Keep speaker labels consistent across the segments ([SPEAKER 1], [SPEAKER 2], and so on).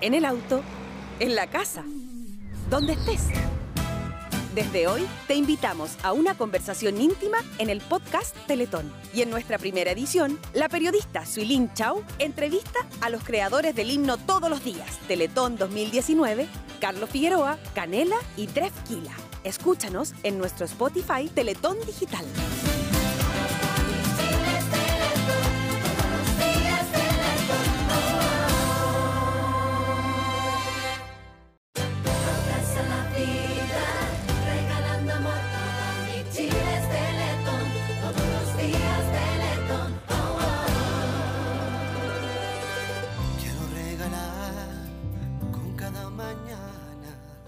[SPEAKER 1] en el auto, en la casa, donde estés. Desde hoy te invitamos a una conversación íntima en el podcast Teletón. Y en nuestra primera edición, la periodista Suilin Chau entrevista a los creadores del himno Todos los Días, Teletón 2019, Carlos Figueroa, Canela y Tref Kila. Escúchanos en nuestro Spotify Teletón Digital.
[SPEAKER 2] Pasa la vida regalando amor toda mi Chile es Teletón, todos los días Teletón. Oh,
[SPEAKER 3] Quiero regalar con cada mañana.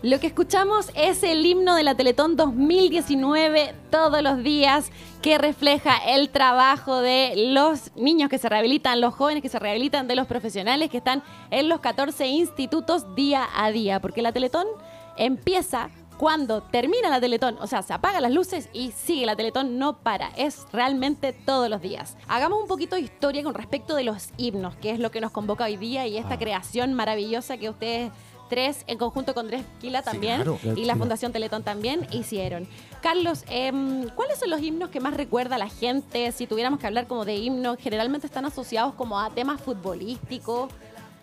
[SPEAKER 4] Lo que escuchamos es el himno de la Teletón 2019 todos los días que refleja el trabajo de los niños que se rehabilitan, los jóvenes que se rehabilitan, de los profesionales que están en los 14 institutos día a día, porque la Teletón empieza cuando termina la Teletón, o sea, se apagan las luces y sigue la Teletón, no para, es realmente todos los días. Hagamos un poquito de historia con respecto de los himnos, que es lo que nos convoca hoy día y esta
[SPEAKER 5] Ah.
[SPEAKER 4] creación maravillosa que ustedes tres, en conjunto con Tres Kila también,
[SPEAKER 5] claro, claro,
[SPEAKER 4] y la
[SPEAKER 5] sí.
[SPEAKER 4] Fundación Teletón también, hicieron. Carlos, em, ¿cuáles son los himnos que más recuerda a la gente? Si tuviéramos que hablar como de himnos, generalmente están asociados como a temas futbolísticos,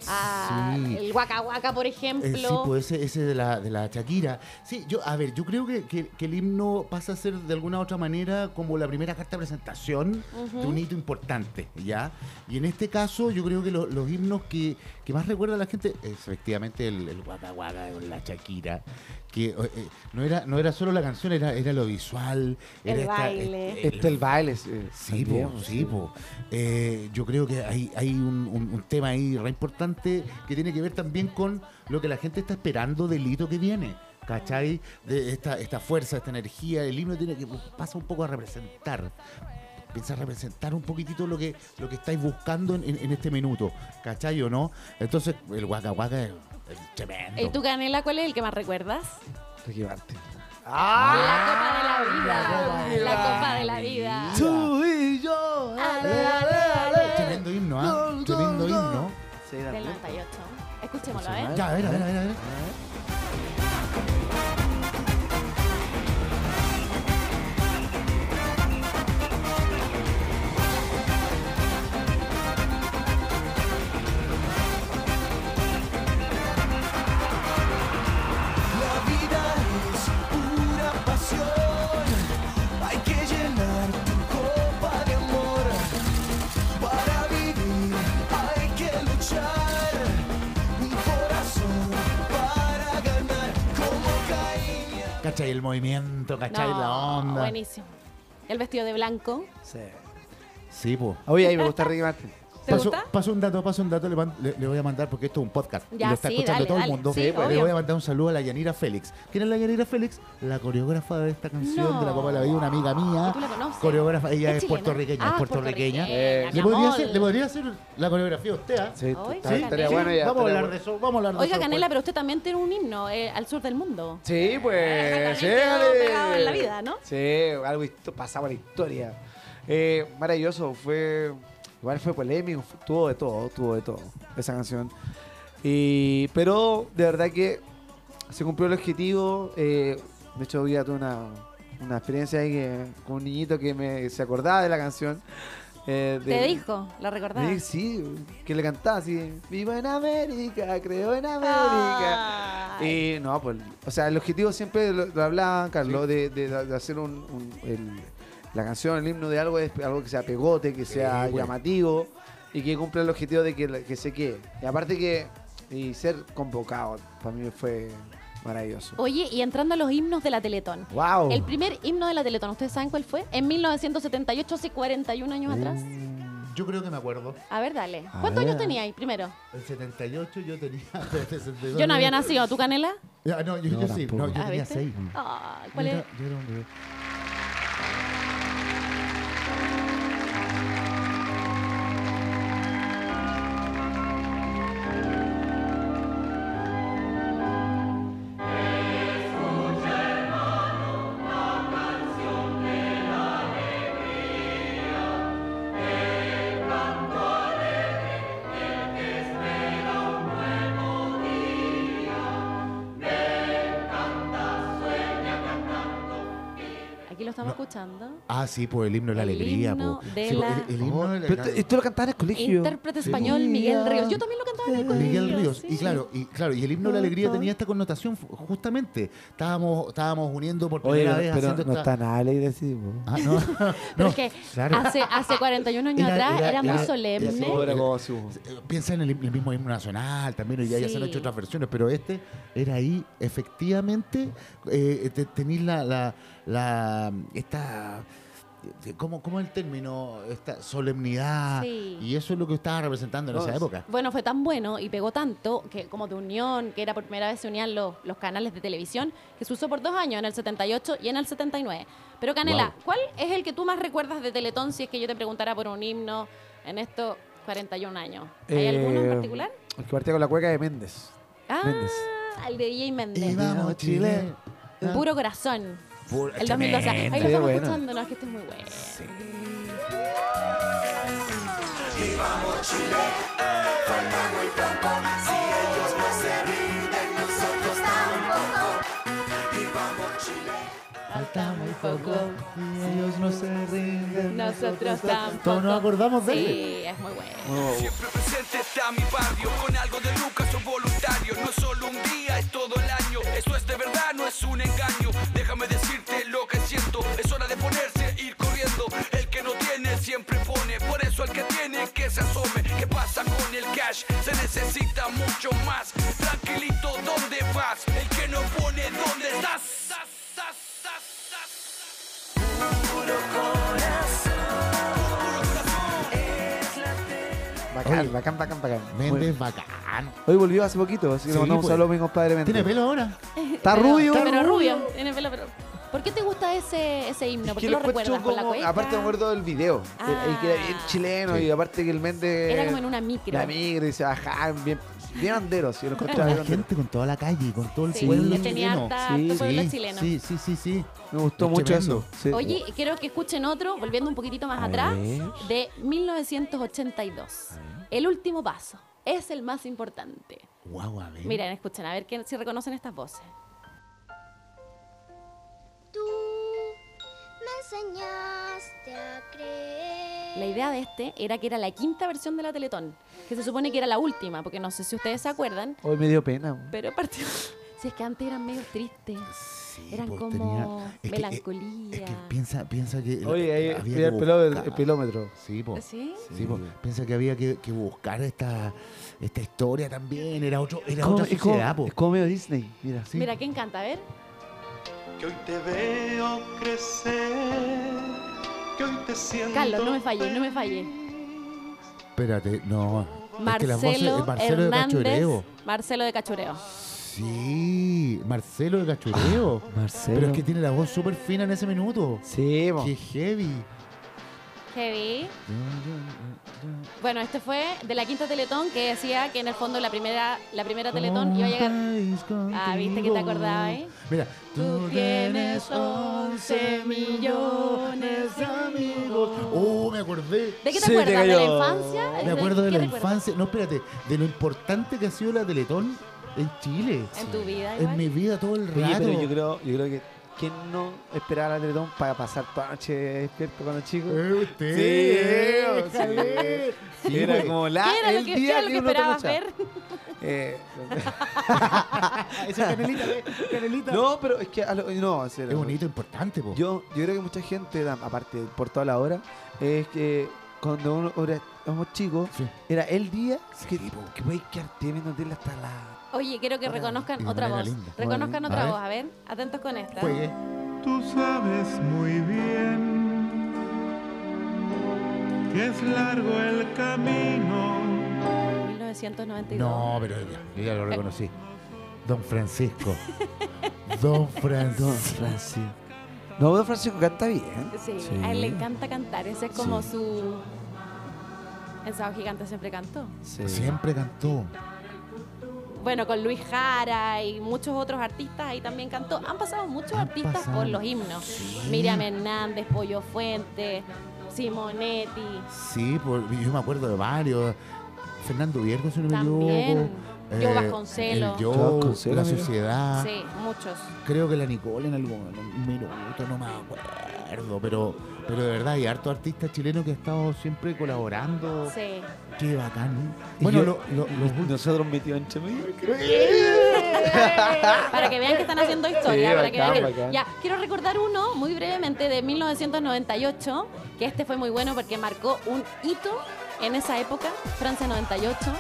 [SPEAKER 4] a
[SPEAKER 5] Sí.
[SPEAKER 4] el Waka Waka, por ejemplo.
[SPEAKER 5] Eh, sí, pues ese, ese de, la, de la Shakira. Sí, yo, a ver, yo creo que, que- que el himno pasa a ser de alguna u otra manera como la primera carta de presentación de un hito importante, ¿ya? Y en este caso, yo creo que lo- los himnos que, que más recuerda a la gente es efectivamente el, el Waka Waka con la Shakira, que eh, eh, no, era, no era solo la canción, era, era lo visual,
[SPEAKER 4] El
[SPEAKER 5] era esta-
[SPEAKER 4] baile.
[SPEAKER 5] este-
[SPEAKER 6] Este el baile. eh,
[SPEAKER 5] Sí,
[SPEAKER 6] también,
[SPEAKER 5] po, sí, po. Eh, yo creo que hay, hay un, un- un tema ahí re importante que tiene que ver también con lo que la gente está esperando del hito que viene. ¿Cachai? De esta, esta fuerza, esta energía, el himno tiene que pasa un poco a representar. Piensa representar un poquitito lo que, lo que estáis buscando en, en- en este minuto. ¿Cachai o no? Entonces, el guaca guaca es, es tremendo.
[SPEAKER 4] ¿Y tú, Canela, cuál es el que más recuerdas?
[SPEAKER 6] Ricky Martin.
[SPEAKER 4] la Copa de Ah, la Vida. La Copa de la Vida. Ah,
[SPEAKER 6] Tú y yo.
[SPEAKER 4] Ale, ale, ale.
[SPEAKER 5] Tremendo himno, ¿ah?
[SPEAKER 6] Gol, gol,
[SPEAKER 5] Tremendo
[SPEAKER 6] gol.
[SPEAKER 5] himno.
[SPEAKER 6] Sí, era
[SPEAKER 4] Del
[SPEAKER 6] bueno.
[SPEAKER 4] 98. Escuchémoslo, ¿eh? a ver.
[SPEAKER 5] Ya, a ver, a ver, a ver. a ver.
[SPEAKER 3] La vida es pura pasión. Hay que llenar tu copa de amor. Para vivir hay que luchar. Mi corazón para ganar como Caín.
[SPEAKER 5] ¿Cachai? El movimiento, ¿cachai?
[SPEAKER 4] No,
[SPEAKER 5] la onda.
[SPEAKER 4] Buenísimo. El vestido de blanco.
[SPEAKER 6] Sí.
[SPEAKER 5] Sí, po.
[SPEAKER 6] Oye, ahí me gusta Ricky Martin.
[SPEAKER 4] ¿Te
[SPEAKER 5] paso,
[SPEAKER 4] gusta?
[SPEAKER 5] paso un dato, paso un dato, le, man- le- le voy a mandar porque esto es un podcast. y
[SPEAKER 4] Ya,
[SPEAKER 5] lo está
[SPEAKER 4] sí,
[SPEAKER 5] escuchando
[SPEAKER 4] dale,
[SPEAKER 5] todo
[SPEAKER 4] dale.
[SPEAKER 5] el mundo.
[SPEAKER 4] Sí,
[SPEAKER 5] le
[SPEAKER 4] obvio.
[SPEAKER 5] voy a mandar un saludo a la Yanira Félix. ¿Quién es la Yanira Félix? La coreógrafa de esta canción de la Copa de la Vida, una amiga mía.
[SPEAKER 4] ¿Y tú la conoces?
[SPEAKER 5] Coreógrafa, ella
[SPEAKER 4] ¿Es
[SPEAKER 5] es,
[SPEAKER 4] chilena?
[SPEAKER 5] puertorriqueña, es
[SPEAKER 4] Ah,
[SPEAKER 5] puertorriqueña.
[SPEAKER 4] puertorriqueña, mi
[SPEAKER 5] ¿Le, podría
[SPEAKER 4] amor.
[SPEAKER 5] hacer, le podría hacer la coreografía a usted, ¿ah?
[SPEAKER 6] Sí,
[SPEAKER 4] Ay,
[SPEAKER 6] está- estaría
[SPEAKER 4] sí.
[SPEAKER 5] vamos a
[SPEAKER 6] bueno ya. estaría
[SPEAKER 5] hablar
[SPEAKER 6] bueno.
[SPEAKER 5] de eso, vamos a hablar de
[SPEAKER 4] Oiga,
[SPEAKER 5] eso.
[SPEAKER 4] Canela,
[SPEAKER 5] después.
[SPEAKER 4] pero usted también tiene un himno eh, al sur del mundo.
[SPEAKER 6] Sí, pues.
[SPEAKER 4] Exactamente,
[SPEAKER 6] Sí,
[SPEAKER 4] quedó
[SPEAKER 6] dale.
[SPEAKER 4] pegado en la vida, ¿no?
[SPEAKER 6] Sí, algo histo- pasaba en la historia. Eh, maravilloso, fue. Igual fue polémico, fu- tuvo de todo, tuvo de todo esa canción. Y, pero de verdad que se cumplió el objetivo. eh, de hecho, hoy día tuve una, una experiencia ahí que- con un niñito que me, se acordaba de la canción. eh,
[SPEAKER 4] Te
[SPEAKER 6] del-
[SPEAKER 4] dijo, la recordás.
[SPEAKER 6] Sí, sí, que le cantaba así, viva en América, creo en América.
[SPEAKER 4] Ay.
[SPEAKER 6] Y no, pues, o sea, el objetivo siempre lo, lo hablaba Carlos, de, de- de hacer un, un- el- la canción, el himno de algo, es algo que sea pegote, que sea
[SPEAKER 5] pues.
[SPEAKER 6] llamativo y que cumpla el objetivo de que, la- que se quede. Y aparte que y ser convocado para mí fue maravilloso.
[SPEAKER 4] Oye, y entrando a los himnos de la Teletón.
[SPEAKER 6] ¡Wow!
[SPEAKER 4] El primer himno de la Teletón, ¿ustedes saben cuál fue? En 1978, hace 41 años atrás.
[SPEAKER 5] Mm, Yo creo que me acuerdo.
[SPEAKER 4] A ver, dale.
[SPEAKER 6] A
[SPEAKER 4] ¿Cuántos
[SPEAKER 6] ver.
[SPEAKER 4] años tenía ahí primero?
[SPEAKER 5] En 78 yo tenía.
[SPEAKER 4] Yo no había nacido, ¿tú, Canela?
[SPEAKER 5] Ya, no, yo,
[SPEAKER 6] No,
[SPEAKER 5] yo sí. No,
[SPEAKER 6] tampoco.
[SPEAKER 5] yo
[SPEAKER 4] Ah,
[SPEAKER 5] tenía
[SPEAKER 4] ¿viste?
[SPEAKER 5] seis.
[SPEAKER 4] Ah, ¿Cuál es?
[SPEAKER 5] Yo era un bebé.
[SPEAKER 2] oh.
[SPEAKER 4] aquí lo estamos
[SPEAKER 5] No.
[SPEAKER 4] escuchando.
[SPEAKER 5] Ah, sí, por el himno de la
[SPEAKER 4] El
[SPEAKER 5] alegría.
[SPEAKER 4] himno
[SPEAKER 5] po.
[SPEAKER 4] de
[SPEAKER 5] Sí, po,
[SPEAKER 4] la-
[SPEAKER 5] el, el himno de la
[SPEAKER 6] Pero te- esto lo cantaba en el colegio.
[SPEAKER 4] Intérprete
[SPEAKER 5] Sí.
[SPEAKER 4] español Miguel Ríos. Yo también lo cantaba en el colegio.
[SPEAKER 5] Miguel Ríos.
[SPEAKER 4] sí.
[SPEAKER 5] Y claro, y claro, y el himno de la alegría tenía esta connotación fu- justamente. Estábamos, estábamos uniendo por
[SPEAKER 6] Oye,
[SPEAKER 5] primera vez
[SPEAKER 6] pero
[SPEAKER 5] haciendo
[SPEAKER 6] no
[SPEAKER 5] esta-
[SPEAKER 6] está nada ley decimos.
[SPEAKER 5] Ah, no.
[SPEAKER 4] Pero
[SPEAKER 5] No,
[SPEAKER 4] es que
[SPEAKER 5] claro.
[SPEAKER 4] hace, hace 41 años
[SPEAKER 5] Era-
[SPEAKER 4] atrás
[SPEAKER 5] era-
[SPEAKER 4] era, muy
[SPEAKER 5] era-
[SPEAKER 4] solemne.
[SPEAKER 5] era-
[SPEAKER 6] su.
[SPEAKER 5] Eh, Piensa en el, el mismo himno nacional también, y ya, ya se han
[SPEAKER 4] Sí.
[SPEAKER 5] hecho otras versiones, pero este era ahí, efectivamente, eh, te- tenís la, la, la- esta, eh, ¿cómo, ¿cómo es el término? Esta solemnidad,
[SPEAKER 4] Sí.
[SPEAKER 5] y eso es lo que estaba representando en
[SPEAKER 6] No,
[SPEAKER 5] esa
[SPEAKER 6] es-
[SPEAKER 5] época.
[SPEAKER 4] Bueno, fue tan bueno y pegó tanto que como de unión, que era por primera vez se unían los, los canales de televisión, que se usó por dos años, en el 78 y en el 79. Pero Canela,
[SPEAKER 5] Guau.
[SPEAKER 4] ¿cuál es el que tú más recuerdas de Teletón si es que yo te preguntara por un himno en estos 41 años? ¿Hay alguno en
[SPEAKER 6] Eh,
[SPEAKER 4] particular?
[SPEAKER 6] El que partía con la cueca de Méndez.
[SPEAKER 4] Ah,
[SPEAKER 6] Méndez.
[SPEAKER 4] el de DJ
[SPEAKER 5] Y
[SPEAKER 4] Méndez.
[SPEAKER 5] vamos, Chile.
[SPEAKER 4] Puro corazón.
[SPEAKER 5] Puro
[SPEAKER 4] El 2012. Ahí lo
[SPEAKER 5] Chile.
[SPEAKER 4] estamos
[SPEAKER 6] bueno.
[SPEAKER 4] escuchando, no, es que este es muy bueno.
[SPEAKER 5] Falta muy poco.
[SPEAKER 6] Si Dios no se rinde.
[SPEAKER 4] Nosotros tampoco.
[SPEAKER 5] Todos nos acordamos de él.
[SPEAKER 4] Sí, es muy bueno.
[SPEAKER 7] Siempre presente está mi barrio, con algo de Lucas o voluntario. No es solo un día, es todo el año. Eso es de verdad, no es un engaño. Déjame decirte lo que siento. Es hora de ponerse, ir corriendo. El que no tiene siempre pone. Por eso el que tiene que se asome. ¿Qué pasa con el cash? Se necesita mucho más. Tranquilito, ¿dónde vas? El que no pone, ¿dónde estás?
[SPEAKER 6] Bacán,
[SPEAKER 5] Oye.
[SPEAKER 6] bacán, bacán, bacán. Muy bien.
[SPEAKER 5] Méndez bacán.
[SPEAKER 6] Hoy volvió hace poquito, así que
[SPEAKER 5] Sí,
[SPEAKER 6] le mandamos un
[SPEAKER 5] pues.
[SPEAKER 6] saludo a mi compadre Méndez.
[SPEAKER 5] ¿Tiene pelo ahora?
[SPEAKER 6] Está
[SPEAKER 4] Pero-
[SPEAKER 6] rubio.
[SPEAKER 4] Pero rubio. Tiene pelo, pero... ¿Por qué te gusta ese, ese himno? ¿Por qué
[SPEAKER 6] Que
[SPEAKER 4] lo
[SPEAKER 6] encuentro
[SPEAKER 4] recuerdas con la
[SPEAKER 6] como-
[SPEAKER 4] cueca?
[SPEAKER 6] Aparte me acuerdo del video.
[SPEAKER 4] Ah.
[SPEAKER 6] El, que era bien chileno
[SPEAKER 5] Sí.
[SPEAKER 6] y aparte que el Méndez.
[SPEAKER 4] Era como en una micro.
[SPEAKER 6] La migra y se bajaban bien, bien anderos. Yo lo encontraba
[SPEAKER 5] Con
[SPEAKER 6] bien
[SPEAKER 5] la
[SPEAKER 6] andero.
[SPEAKER 5] gente, con toda la calle, con todo el
[SPEAKER 4] Sí,
[SPEAKER 5] pueblo
[SPEAKER 4] que tenía
[SPEAKER 5] chileno.
[SPEAKER 4] harta- harto pueblo chileno.
[SPEAKER 5] sí, sí, sí, sí.
[SPEAKER 6] Me gustó
[SPEAKER 5] Es
[SPEAKER 6] mucho
[SPEAKER 5] tremendo.
[SPEAKER 6] eso. Sí.
[SPEAKER 4] Oye, quiero que escuchen otro, volviendo un poquitito más
[SPEAKER 6] A
[SPEAKER 4] atrás,
[SPEAKER 6] ver.
[SPEAKER 4] de 1982. El último paso es el más importante.
[SPEAKER 5] Guau, a ver.
[SPEAKER 4] Miren, escuchen, a ver quién- si reconocen estas voces.
[SPEAKER 8] Tú me enseñaste a creer.
[SPEAKER 4] La idea de este era que era la quinta versión de la Teletón, que se supone que era la última, porque no sé si ustedes se acuerdan,
[SPEAKER 6] Hoy me dio pena. güey.
[SPEAKER 4] pero partió... Si es que antes eran medio tristes.
[SPEAKER 5] Sí,
[SPEAKER 4] Eran
[SPEAKER 5] pues,
[SPEAKER 4] como
[SPEAKER 6] eh,
[SPEAKER 5] es que-
[SPEAKER 4] melancolía.
[SPEAKER 5] es que piensa, piensa que.
[SPEAKER 6] Oye, ahí
[SPEAKER 5] había
[SPEAKER 6] mira
[SPEAKER 5] que
[SPEAKER 6] el, pelo- el-
[SPEAKER 5] buscar-
[SPEAKER 6] el pelómetro.
[SPEAKER 5] Sí, po.
[SPEAKER 4] ¿Sí?
[SPEAKER 5] Sí, po. Piensa que había que, que buscar esta, esta historia también. Era, otro, era
[SPEAKER 6] Como-
[SPEAKER 5] otra
[SPEAKER 6] es como-
[SPEAKER 5] sociedad, po.
[SPEAKER 6] es como medio Disney. Mira, sí.
[SPEAKER 4] Mira, ¿quién canta? A ver.
[SPEAKER 9] que hoy te veo crecer, que hoy te siento.
[SPEAKER 4] Carlos, no me falles, no me falles.
[SPEAKER 5] Espérate, no. es que las voces-
[SPEAKER 4] Marcelo,
[SPEAKER 5] es Marcelo
[SPEAKER 4] Hernández.
[SPEAKER 5] de Cachureo.
[SPEAKER 4] Marcelo de Cachureo.
[SPEAKER 5] Sí, Marcelo de Cachureo.
[SPEAKER 6] Marcelo.
[SPEAKER 5] Pero es que tiene la voz súper fina en ese minuto.
[SPEAKER 6] Sí, mo.
[SPEAKER 5] Qué heavy.
[SPEAKER 4] Heavy. Bueno, este fue de la quinta Teletón que decía que en el fondo la primera, la primera
[SPEAKER 5] Oh.
[SPEAKER 4] Teletón iba a llegar. Ah, viste que te acordabas, ¿eh?
[SPEAKER 5] Mira.
[SPEAKER 4] Tú tienes 11 millones de amigos.
[SPEAKER 5] Oh, me acordé.
[SPEAKER 4] ¿De qué te
[SPEAKER 6] Sí, te
[SPEAKER 4] acuerdas? ¿De la
[SPEAKER 6] cayó.
[SPEAKER 4] infancia?
[SPEAKER 5] Me acuerdo de
[SPEAKER 4] qué
[SPEAKER 5] la
[SPEAKER 4] recuerdas?
[SPEAKER 5] infancia. No, espérate. De lo importante que ha sido la Teletón en Chile.
[SPEAKER 4] En tu vida,
[SPEAKER 5] En
[SPEAKER 4] igual.
[SPEAKER 5] mi vida todo el
[SPEAKER 6] Oye,
[SPEAKER 5] rato.
[SPEAKER 6] pero yo creo, yo creo que ¿quién no esperaba la Teletón para pasar toda la noche despierto cuando chico?
[SPEAKER 5] Eh, usted,
[SPEAKER 6] Sí,
[SPEAKER 5] déjale. Sí,
[SPEAKER 6] era
[SPEAKER 5] güey.
[SPEAKER 6] como la
[SPEAKER 4] ¿Qué era lo
[SPEAKER 6] el
[SPEAKER 4] que, qué
[SPEAKER 6] día
[SPEAKER 4] era lo que
[SPEAKER 6] uno
[SPEAKER 4] esperabas
[SPEAKER 6] trasnochaba.
[SPEAKER 4] ver?
[SPEAKER 6] Eh,
[SPEAKER 5] Ah, esa canelita, ve, canelita.
[SPEAKER 6] no, pero es que a lo- no, en serio.
[SPEAKER 5] Es bonito, importante, po.
[SPEAKER 6] Yo, yo creo que mucha gente, da- aparte por toda la hora, es que cuando uno era, éramos chicos,
[SPEAKER 5] Sí.
[SPEAKER 6] era el día que,
[SPEAKER 5] Sí, po.
[SPEAKER 6] que podéis quedarte viendo tele hasta la.
[SPEAKER 4] Oye, quiero que
[SPEAKER 6] Ahora,
[SPEAKER 5] y
[SPEAKER 4] reconozcan
[SPEAKER 5] de
[SPEAKER 4] otra
[SPEAKER 5] manera
[SPEAKER 4] voz.
[SPEAKER 5] linda.
[SPEAKER 4] Reconozcan
[SPEAKER 5] A
[SPEAKER 4] otra
[SPEAKER 5] ver.
[SPEAKER 4] voz, a ver. Atentos con esta.
[SPEAKER 5] Juegue.
[SPEAKER 9] Tú sabes muy bien que es largo el camino.
[SPEAKER 4] 1992.
[SPEAKER 5] No, pero ya, yo ya lo reconocí. Don Francisco. Don Francisco.
[SPEAKER 6] Francisco. No, don Francisco canta bien.
[SPEAKER 4] Sí, a él le encanta cantar, ese es como su... En Sábado Gigante siempre cantó.
[SPEAKER 6] Sí.
[SPEAKER 5] Siempre cantó.
[SPEAKER 4] Bueno, con Luis Jara y muchos otros artistas ahí también cantó. Han pasado muchos
[SPEAKER 5] Han
[SPEAKER 4] artistas
[SPEAKER 5] pasado.
[SPEAKER 4] por los himnos. Miriam Hernández, Pollo Fuente, Simonetti.
[SPEAKER 5] pues, Sí, por- yo me acuerdo de varios. Fernando Viergo, si no me
[SPEAKER 4] También.
[SPEAKER 5] equivoco.
[SPEAKER 4] Yo
[SPEAKER 5] Eh,
[SPEAKER 4] Vasconcelo.
[SPEAKER 5] el yo,
[SPEAKER 6] Yo Vasconcelo,
[SPEAKER 5] la
[SPEAKER 6] amigo.
[SPEAKER 5] sociedad.
[SPEAKER 4] Sí, muchos.
[SPEAKER 5] Creo que la Nicole en algún minuto, no me acuerdo, pero, pero de verdad hay harto artista chileno que ha estado siempre colaborando.
[SPEAKER 4] Sí.
[SPEAKER 5] Qué bacán.
[SPEAKER 6] Y
[SPEAKER 5] Bueno,
[SPEAKER 6] yo-
[SPEAKER 5] lo- lo- los últimos-
[SPEAKER 6] Nosotros metidos entre medio.
[SPEAKER 5] Ah.
[SPEAKER 4] Para que vean que están haciendo historia.
[SPEAKER 6] Sí,
[SPEAKER 4] para que
[SPEAKER 6] bacán,
[SPEAKER 4] vean que-
[SPEAKER 6] bacán.
[SPEAKER 4] Ya, quiero recordar uno muy brevemente de 1998, que este fue muy bueno porque marcó un hito en esa época, Francia 98.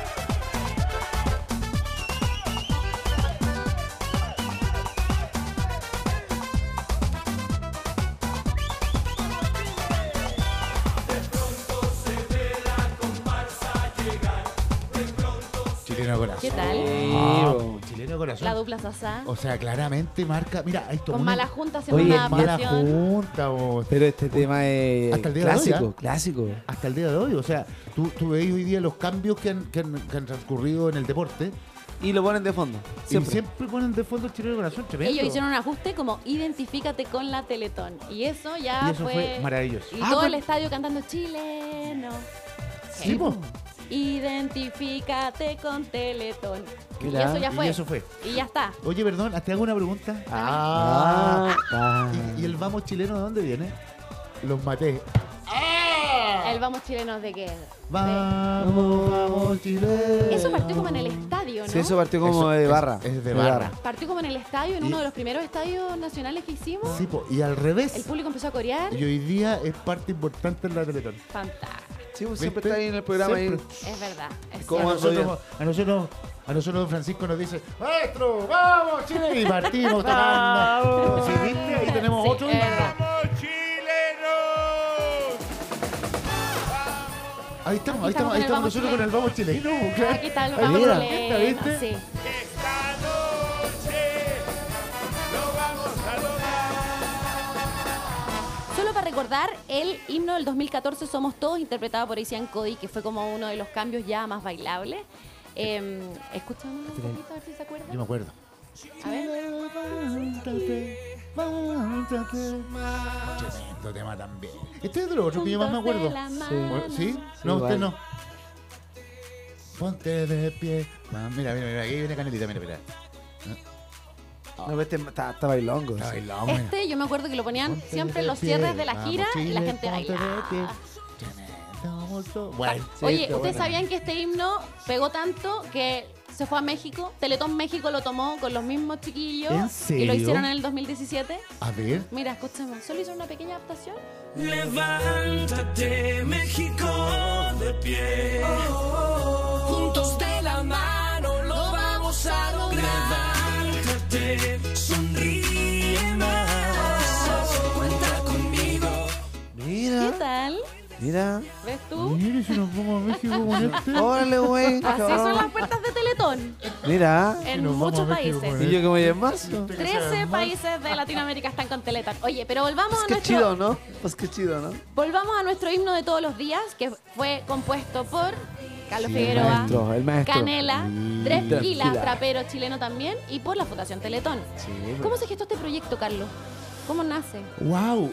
[SPEAKER 5] Chileno Corazón.
[SPEAKER 4] ¿Qué tal?
[SPEAKER 5] Ah, Chileno Corazón.
[SPEAKER 4] La dupla Sasá.
[SPEAKER 5] O sea, claramente marca. Mira, hay tomó
[SPEAKER 4] Con
[SPEAKER 5] una-
[SPEAKER 4] mala junta haciendo
[SPEAKER 6] Oye,
[SPEAKER 4] una
[SPEAKER 5] mala
[SPEAKER 4] adaptación.
[SPEAKER 5] junta. vos.
[SPEAKER 6] Pero este tema es
[SPEAKER 5] Hasta el día de hoy,
[SPEAKER 6] clásico,
[SPEAKER 5] ¿ah?
[SPEAKER 6] clásico.
[SPEAKER 5] hasta el día de hoy. O sea, tú, tú veis hoy día los cambios que han, que han- que han transcurrido en el deporte.
[SPEAKER 6] Y lo ponen de fondo. Siempre.
[SPEAKER 5] Y siempre ponen de fondo el chileno corazón, tremendo.
[SPEAKER 4] Ellos hicieron un ajuste como identifícate con la Teletón. Y eso ya
[SPEAKER 5] y eso fue, maravilloso.
[SPEAKER 4] Y
[SPEAKER 6] Ah,
[SPEAKER 4] todo
[SPEAKER 6] pero-
[SPEAKER 4] el estadio cantando chileno.
[SPEAKER 5] Sí, po.
[SPEAKER 4] Identifícate con Teletón.
[SPEAKER 6] Mira,
[SPEAKER 4] y eso ya
[SPEAKER 5] y
[SPEAKER 4] fue.
[SPEAKER 5] eso fue.
[SPEAKER 4] Y ya está.
[SPEAKER 5] Oye, perdón, te hago una pregunta.
[SPEAKER 6] Ah, ah.
[SPEAKER 5] ¿Y, y el vamos chileno de dónde viene? Los maté.
[SPEAKER 4] El vamos chilenos de qué?
[SPEAKER 5] Vamos, vamos chileno.
[SPEAKER 4] Eso partió como en el estadio, ¿no?
[SPEAKER 6] Sí, eso partió como
[SPEAKER 5] Eso
[SPEAKER 6] de
[SPEAKER 5] es-
[SPEAKER 6] barra.
[SPEAKER 5] es de barra.
[SPEAKER 4] Partió como en el estadio, en
[SPEAKER 5] Y-
[SPEAKER 4] uno de los primeros estadios nacionales que hicimos.
[SPEAKER 5] Sí, po, y al
[SPEAKER 4] El
[SPEAKER 5] revés.
[SPEAKER 4] público empezó a corear.
[SPEAKER 5] Y hoy día es parte importante en la Teletón.
[SPEAKER 4] Fantástico.
[SPEAKER 6] Sí, pues, siempre
[SPEAKER 5] ¿Viste?
[SPEAKER 6] está ahí en el programa. ahí.
[SPEAKER 5] Siempre.
[SPEAKER 4] Es verdad. es
[SPEAKER 6] ¿Cómo?
[SPEAKER 5] a
[SPEAKER 6] Bueno,
[SPEAKER 5] nosotros, a nosotros, a nosotros don Francisco nos dice, maestro, vamos Chile, y partimos tomando. Sí, ¿viste? Ahí tenemos
[SPEAKER 4] Sí, eh.
[SPEAKER 5] otro
[SPEAKER 4] es
[SPEAKER 5] himno.
[SPEAKER 4] verdad.
[SPEAKER 5] Ahí estamos, ahí
[SPEAKER 4] Aquí
[SPEAKER 5] estamos, ahí estamos
[SPEAKER 4] estamos con
[SPEAKER 5] nosotros con
[SPEAKER 4] el
[SPEAKER 5] el vamos chileno.
[SPEAKER 4] verdad.
[SPEAKER 5] claro.
[SPEAKER 4] Aquí está el
[SPEAKER 5] Ahí
[SPEAKER 4] Ah, vamos
[SPEAKER 5] mira.
[SPEAKER 4] chileno,
[SPEAKER 5] ¿Viste? ¿Viste?
[SPEAKER 4] Sí. Solo para recordar, el himno del 2014 Somos Todos, interpretado por Isian Cody, que fue como uno de los cambios ya más bailables. Eh, escuchamos un poquito, a ver si se
[SPEAKER 5] Yo me
[SPEAKER 4] acuerdan.
[SPEAKER 5] acuerdo.
[SPEAKER 4] A ver.
[SPEAKER 5] Levántate, levántate. Tremendo tema también. Este es de los otros que yo más me
[SPEAKER 4] Juntos de
[SPEAKER 5] acuerdo.
[SPEAKER 4] la
[SPEAKER 5] Bueno,
[SPEAKER 4] mano.
[SPEAKER 5] ¿Sí? No,
[SPEAKER 6] igual.
[SPEAKER 5] usted no. Ponte de pie. Ah, Mira, mira, mira, aquí viene Canelita, mira, mira.
[SPEAKER 6] No, este está, está bailongo.
[SPEAKER 5] Está
[SPEAKER 6] sí.
[SPEAKER 5] bailando, mira.
[SPEAKER 4] Este yo me acuerdo que lo ponían
[SPEAKER 5] Ponte
[SPEAKER 4] siempre en
[SPEAKER 5] de
[SPEAKER 4] los
[SPEAKER 5] pie,
[SPEAKER 4] cierres de la
[SPEAKER 5] vamos,
[SPEAKER 4] gira y la
[SPEAKER 5] Chile,
[SPEAKER 4] gente
[SPEAKER 5] ponte de pie.
[SPEAKER 4] bailaba.
[SPEAKER 5] Tremendo, gusto. Bueno, sí,
[SPEAKER 4] Oye,
[SPEAKER 5] está
[SPEAKER 4] ¿ustedes
[SPEAKER 5] bueno.
[SPEAKER 4] sabían que este himno pegó tanto que se fue a México? Teletón México lo tomó con los mismos chiquillos
[SPEAKER 5] ¿En
[SPEAKER 4] y lo
[SPEAKER 5] serio?
[SPEAKER 4] hicieron en el 2017.
[SPEAKER 5] A ver.
[SPEAKER 4] Mira, escúchame, solo hicieron una pequeña adaptación.
[SPEAKER 7] Levántate México de pie. Juntos de la mano lo vamos a lograr. Levántate, sonríe más. Cuenta conmigo.
[SPEAKER 4] ¿Qué
[SPEAKER 6] Mira,
[SPEAKER 4] tal?
[SPEAKER 6] mira.
[SPEAKER 4] ¿Ves tú?
[SPEAKER 5] Mire, si nos vamos a México con este.
[SPEAKER 6] Órale, güey.
[SPEAKER 4] Así son
[SPEAKER 6] cabrón.
[SPEAKER 4] las puertas de Teletón
[SPEAKER 6] Mira.
[SPEAKER 4] en
[SPEAKER 5] Ah. nos vamos
[SPEAKER 4] muchos
[SPEAKER 5] a México con
[SPEAKER 4] países.
[SPEAKER 5] él.
[SPEAKER 6] Y yo que voy en marzo.
[SPEAKER 4] 13 países de Latinoamérica están con Teletón. Oye, pero volvamos
[SPEAKER 6] Pues
[SPEAKER 4] a
[SPEAKER 6] qué
[SPEAKER 4] nuestro
[SPEAKER 6] chido, ¿no? Pues qué chido, ¿no?
[SPEAKER 4] volvamos a nuestro himno de todos los días que fue compuesto por Carlos
[SPEAKER 5] Sí,
[SPEAKER 6] El
[SPEAKER 4] Figueroa.
[SPEAKER 6] maestro, el maestro.
[SPEAKER 4] Canela,
[SPEAKER 5] Mm.
[SPEAKER 4] Tres Pilas,
[SPEAKER 6] Tranquila.
[SPEAKER 4] trapero chileno también, y por la Fundación Teletón.
[SPEAKER 6] Sí,
[SPEAKER 4] ¿Cómo se gestó este proyecto, Carlos? ¿Cómo nace?
[SPEAKER 5] ¡Wow!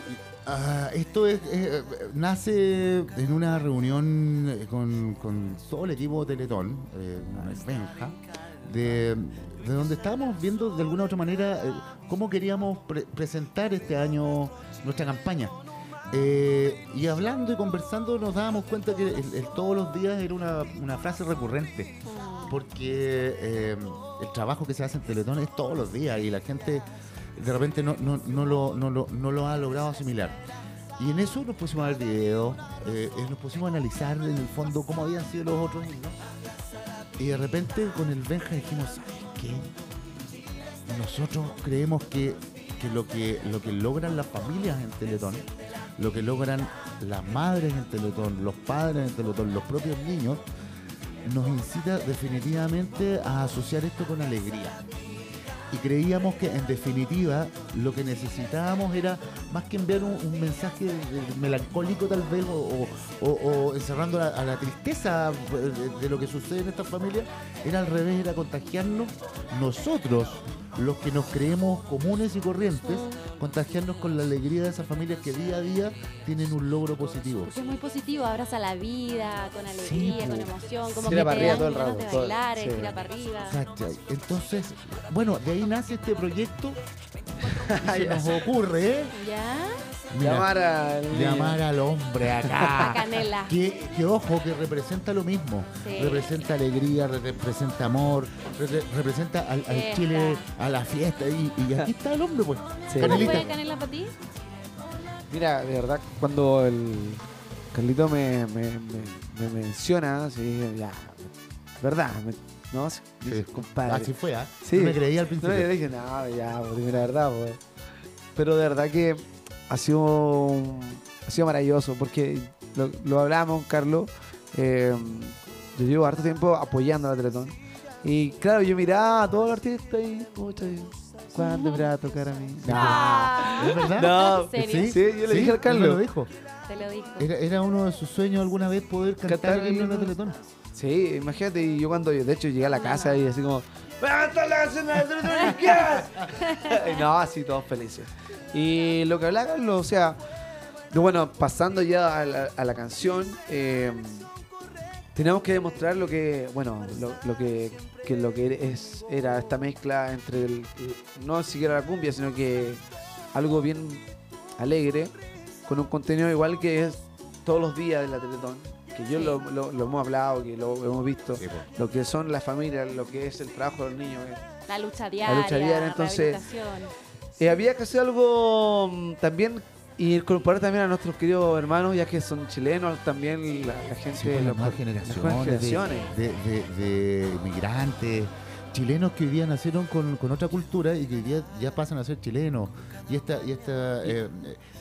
[SPEAKER 5] esto es, eh, nace en una reunión eh, con, con todo el equipo Teletón, eh, una granja, de, de donde estábamos viendo de alguna u otra manera eh, cómo queríamos pre- presentar este año nuestra campaña. Eh, y hablando y conversando nos dábamos cuenta que el- el todos los días era una, una frase recurrente porque eh, el trabajo que se hace en Teletón es todos los días y la gente de repente no, no, no, lo, no, lo, no lo ha logrado asimilar. Y en eso nos pusimos a ver videos, eh, eh, nos pusimos a analizar en el fondo cómo habían sido los otros himnos. Y de repente con el Benja dijimos, ¿sabes qué? Nosotros creemos que, que lo que lo que logran las familias en Teletón, lo que logran las madres en Teletón, los padres en Teletón, los propios niños, nos incita definitivamente a asociar esto con alegría. Y creíamos que en definitiva lo que necesitábamos era más que enviar un, un mensaje de- de- melancólico tal vez o, o- o- o encerrando a, a la tristeza eh, de, de lo que sucede en esta familia, era al revés, era contagiarnos nosotros los que nos creemos comunes y corrientes, contagiarnos con la alegría de esas familias que día a día tienen un logro positivo.
[SPEAKER 4] Porque es muy positivo, abraza la vida, con
[SPEAKER 5] Sí,
[SPEAKER 4] alegría,
[SPEAKER 5] pues.
[SPEAKER 4] con emoción, como
[SPEAKER 6] Tira
[SPEAKER 4] que
[SPEAKER 6] para
[SPEAKER 4] te
[SPEAKER 6] arriba
[SPEAKER 4] dan
[SPEAKER 6] todo el
[SPEAKER 4] ganas
[SPEAKER 6] rato,
[SPEAKER 4] de
[SPEAKER 6] todo,
[SPEAKER 4] bailar,
[SPEAKER 6] sí. Ah.
[SPEAKER 4] tira para arriba.
[SPEAKER 5] ¿Cachai? Entonces, bueno, de ahí nace este proyecto. y se nos ocurre, ¿eh?
[SPEAKER 4] ¿Ya?
[SPEAKER 5] Mira,
[SPEAKER 6] Llamar al.
[SPEAKER 5] llamar al hombre
[SPEAKER 6] Ah.
[SPEAKER 4] Pa'
[SPEAKER 5] acá.
[SPEAKER 4] canela.
[SPEAKER 5] Que, que ojo, que representa lo mismo.
[SPEAKER 4] Sí.
[SPEAKER 5] Representa alegría, re- representa amor, re- representa al, al
[SPEAKER 4] Fiesta.
[SPEAKER 5] Chile, a la fiesta. Y, y aquí está el hombre, pues.
[SPEAKER 6] Sí.
[SPEAKER 4] ¿Cómo
[SPEAKER 5] Canelita.
[SPEAKER 4] fue canela para ti?
[SPEAKER 6] Mira, de verdad, cuando el Carlito me, me, me- me menciona, así dije, ya, verdad, me- ¿no? Así, dices, compadre.
[SPEAKER 5] Así fue, ¿ah?
[SPEAKER 6] Sí.
[SPEAKER 5] No me creía al
[SPEAKER 6] No, yo
[SPEAKER 5] principio.
[SPEAKER 6] dije, no, ya, pues, dime la verdad, pues. Pero de verdad que ha sido, un- ha sido maravilloso, porque lo, lo hablábamos, Carlos. eh, yo llevo harto tiempo apoyando a la Teletón. Y claro, yo miraba a todos los artistas y, pucha, ¿cuándo me va a tocar a mí?
[SPEAKER 4] Ah.
[SPEAKER 5] ¿Es verdad?
[SPEAKER 6] No,
[SPEAKER 4] ¿En serio?
[SPEAKER 6] Sí, yo le dije al Carlos.
[SPEAKER 5] me lo dijo.
[SPEAKER 4] Ah. Te lo dijo.
[SPEAKER 6] Eh.
[SPEAKER 5] Era, era uno de sus sueños alguna vez poder cantar,
[SPEAKER 6] Cantar
[SPEAKER 5] el himno de la
[SPEAKER 6] el himno.
[SPEAKER 5] Teletón.
[SPEAKER 6] Sí, imagínate, y yo cuando de hecho llegué a la casa y así como, ¡Va a cantar la canción de la Teletón! ¿qué?" Y no, así todos felices. Y lo que hablaba Carlos, o sea, y bueno, pasando ya a la, a la canción, eh, tenemos que demostrar lo que, bueno, lo, lo que, que lo que es, era esta mezcla entre el, no siquiera la cumbia, sino que algo bien alegre, con un contenido igual que es todos los días de la Teletón, que yo lo, lo- lo hemos hablado, que lo hemos visto, lo que son las familias, lo que es el trabajo de los niños. eh.
[SPEAKER 4] La lucha diaria,
[SPEAKER 6] lucha diaria, entonces-
[SPEAKER 4] rehabilitación.
[SPEAKER 6] Eh, había que hacer algo mm, también y incorporar también a nuestros queridos hermanos, ya que son chilenos, también la, la gente
[SPEAKER 5] Sí, pues, las nuevas
[SPEAKER 6] los-
[SPEAKER 5] generaciones,
[SPEAKER 6] nuevas generaciones.
[SPEAKER 5] eh. De, de- de migrantes, chilenos que hoy día nacieron con, con otra cultura y que hoy día ya pasan a ser chilenos. Y esta, y esta eh,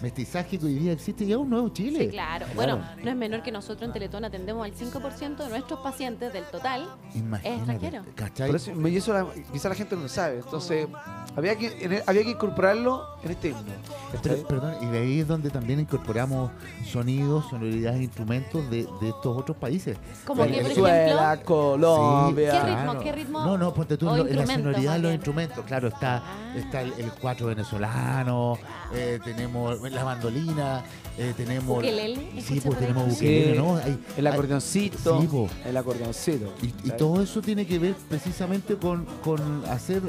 [SPEAKER 5] mestizaje que hoy día existe ya es un nuevo Chile.
[SPEAKER 4] Sí, claro. Bueno, no es menor que nosotros en Teletón atendemos al 5% de nuestros pacientes del total.
[SPEAKER 5] Imagínate,
[SPEAKER 4] extranjero.
[SPEAKER 5] ¿cachai?
[SPEAKER 6] Por eso, me- y eso la- quizá la gente no lo sabe. Entonces, había que, en- había que incorporarlo en este himno.
[SPEAKER 5] Pero,
[SPEAKER 6] ¿cachai?
[SPEAKER 5] perdón, y de ahí es donde también incorporamos sonidos, sonoridades, instrumentos de, de estos otros países.
[SPEAKER 4] Como
[SPEAKER 5] Ahí
[SPEAKER 4] que, por
[SPEAKER 6] Venezuela,
[SPEAKER 4] ejemplo,
[SPEAKER 6] Colombia.
[SPEAKER 4] ¿Qué ritmo? ¿Qué ritmo?
[SPEAKER 5] No, no, ponte tú
[SPEAKER 4] O
[SPEAKER 5] en lo- en la
[SPEAKER 4] instrumentos,
[SPEAKER 5] sonoridad
[SPEAKER 4] más
[SPEAKER 5] de los
[SPEAKER 4] bien.
[SPEAKER 5] instrumentos. Claro, está,
[SPEAKER 4] Ah.
[SPEAKER 5] está el, el cuatro venezolano, eh, tenemos la mandolina, eh, tenemos.
[SPEAKER 4] Ukelele,
[SPEAKER 5] Sí,
[SPEAKER 4] escuché
[SPEAKER 5] pues
[SPEAKER 4] por ahí.
[SPEAKER 5] tenemos
[SPEAKER 6] Sí.
[SPEAKER 5] ukelele, ¿no? Hay-
[SPEAKER 6] El
[SPEAKER 5] hay-
[SPEAKER 6] acordeoncito.
[SPEAKER 5] Sí, po.
[SPEAKER 6] el acordeoncito.
[SPEAKER 5] y, y
[SPEAKER 6] ¿cachai?
[SPEAKER 5] todo eso tiene que ver precisamente con, con hacer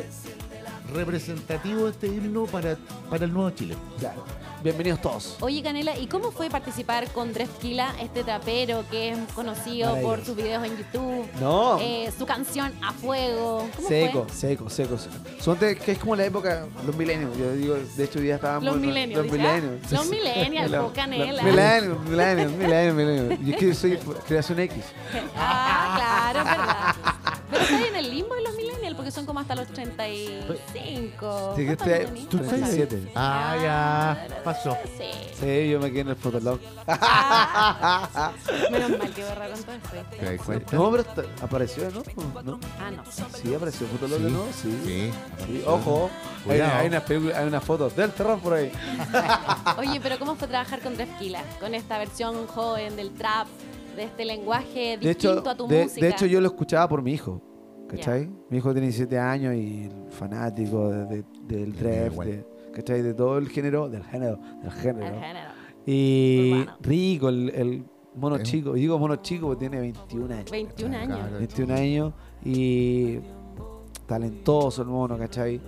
[SPEAKER 5] representativo este himno para, para el nuevo Chile.
[SPEAKER 6] Claro. Bienvenidos todos.
[SPEAKER 5] Oh.
[SPEAKER 4] Oye, Canela, ¿y cómo fue participar con Drefkila, este trapero que es conocido por sus videos en YouTube?
[SPEAKER 6] No.
[SPEAKER 4] eh, su canción A Fuego. ¿Cómo
[SPEAKER 6] Seco,
[SPEAKER 4] fue?
[SPEAKER 6] seco, seco, seco. Suponte que es como la época, los milenios. Yo digo, de hecho, hoy día estábamos.
[SPEAKER 4] Los
[SPEAKER 6] ¿no?
[SPEAKER 4] millennials. ¿ya?
[SPEAKER 6] Los milenios.
[SPEAKER 4] Los millennials, po, Canela.
[SPEAKER 6] Milenios, milenios, milenios, milenios. Yo es que soy creación X.
[SPEAKER 4] Ah, claro, es verdad. Pero estás en el limbo de los millennials porque son como hasta los 35.
[SPEAKER 6] Sí, que
[SPEAKER 4] ¿Cuántos
[SPEAKER 6] estoy-
[SPEAKER 4] años
[SPEAKER 6] tú
[SPEAKER 4] tenés?
[SPEAKER 6] estás- 37.
[SPEAKER 5] Ah, ya, pasó.
[SPEAKER 4] Sí.
[SPEAKER 6] Sí, yo me quedé en el fotolog.
[SPEAKER 4] Ah, menos mal que borraron todo eso.
[SPEAKER 5] ¿Te das cuenta?
[SPEAKER 6] No, pero está- apareció, ¿no? ¿no?
[SPEAKER 4] Ah, no.
[SPEAKER 6] Sí, apareció el fotolog,
[SPEAKER 5] Sí,
[SPEAKER 6] ¿no? Sí.
[SPEAKER 5] Sí.
[SPEAKER 6] Sí, Ojo, hay,
[SPEAKER 5] Cuidado.
[SPEAKER 6] hay unas películas- hay unas fotos del terror por ahí.
[SPEAKER 4] Oye, pero ¿cómo fue trabajar con Drefkila? Con esta versión joven del trap, de este lenguaje
[SPEAKER 6] De
[SPEAKER 4] distinto
[SPEAKER 6] hecho,
[SPEAKER 4] a tu
[SPEAKER 6] de,
[SPEAKER 4] música.
[SPEAKER 6] de hecho, yo lo escuchaba por mi hijo. ¿Cachai? Mi hijo tiene 17 años y fanático de- de- del
[SPEAKER 5] medio
[SPEAKER 6] trap,
[SPEAKER 5] igual.
[SPEAKER 6] de- ¿cachai? De todo el género, del género, del género.
[SPEAKER 4] Al género.
[SPEAKER 6] Y
[SPEAKER 4] Urbano.
[SPEAKER 6] rico, el, el mono
[SPEAKER 5] Es un-
[SPEAKER 6] chico. Y digo mono chico porque tiene 21 años.
[SPEAKER 4] 21 años.
[SPEAKER 5] Claro.
[SPEAKER 6] 21 años y talentoso el mono, ¿cachai?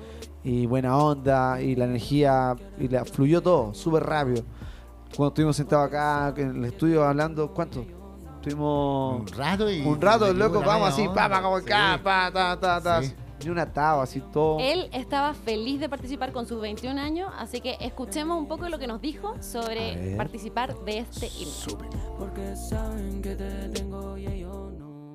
[SPEAKER 6] Y buena onda y la energía, y la, fluyó todo, súper rápido. Cuando estuvimos sentados acá en el estudio hablando, ¿cuánto? Estuvimos
[SPEAKER 5] Un rato y.
[SPEAKER 6] un rato,
[SPEAKER 5] y-
[SPEAKER 6] loco,
[SPEAKER 5] y-
[SPEAKER 6] vamos así, pa, pa, como
[SPEAKER 5] Sí.
[SPEAKER 6] acá, pa, ta, ta, ta.
[SPEAKER 5] Sí.
[SPEAKER 6] Y una taba, así todo.
[SPEAKER 4] Él estaba feliz de participar con sus 21 años, así que escuchemos un poco lo que nos dijo
[SPEAKER 6] A
[SPEAKER 4] sobre
[SPEAKER 6] ver.
[SPEAKER 4] participar de este himno.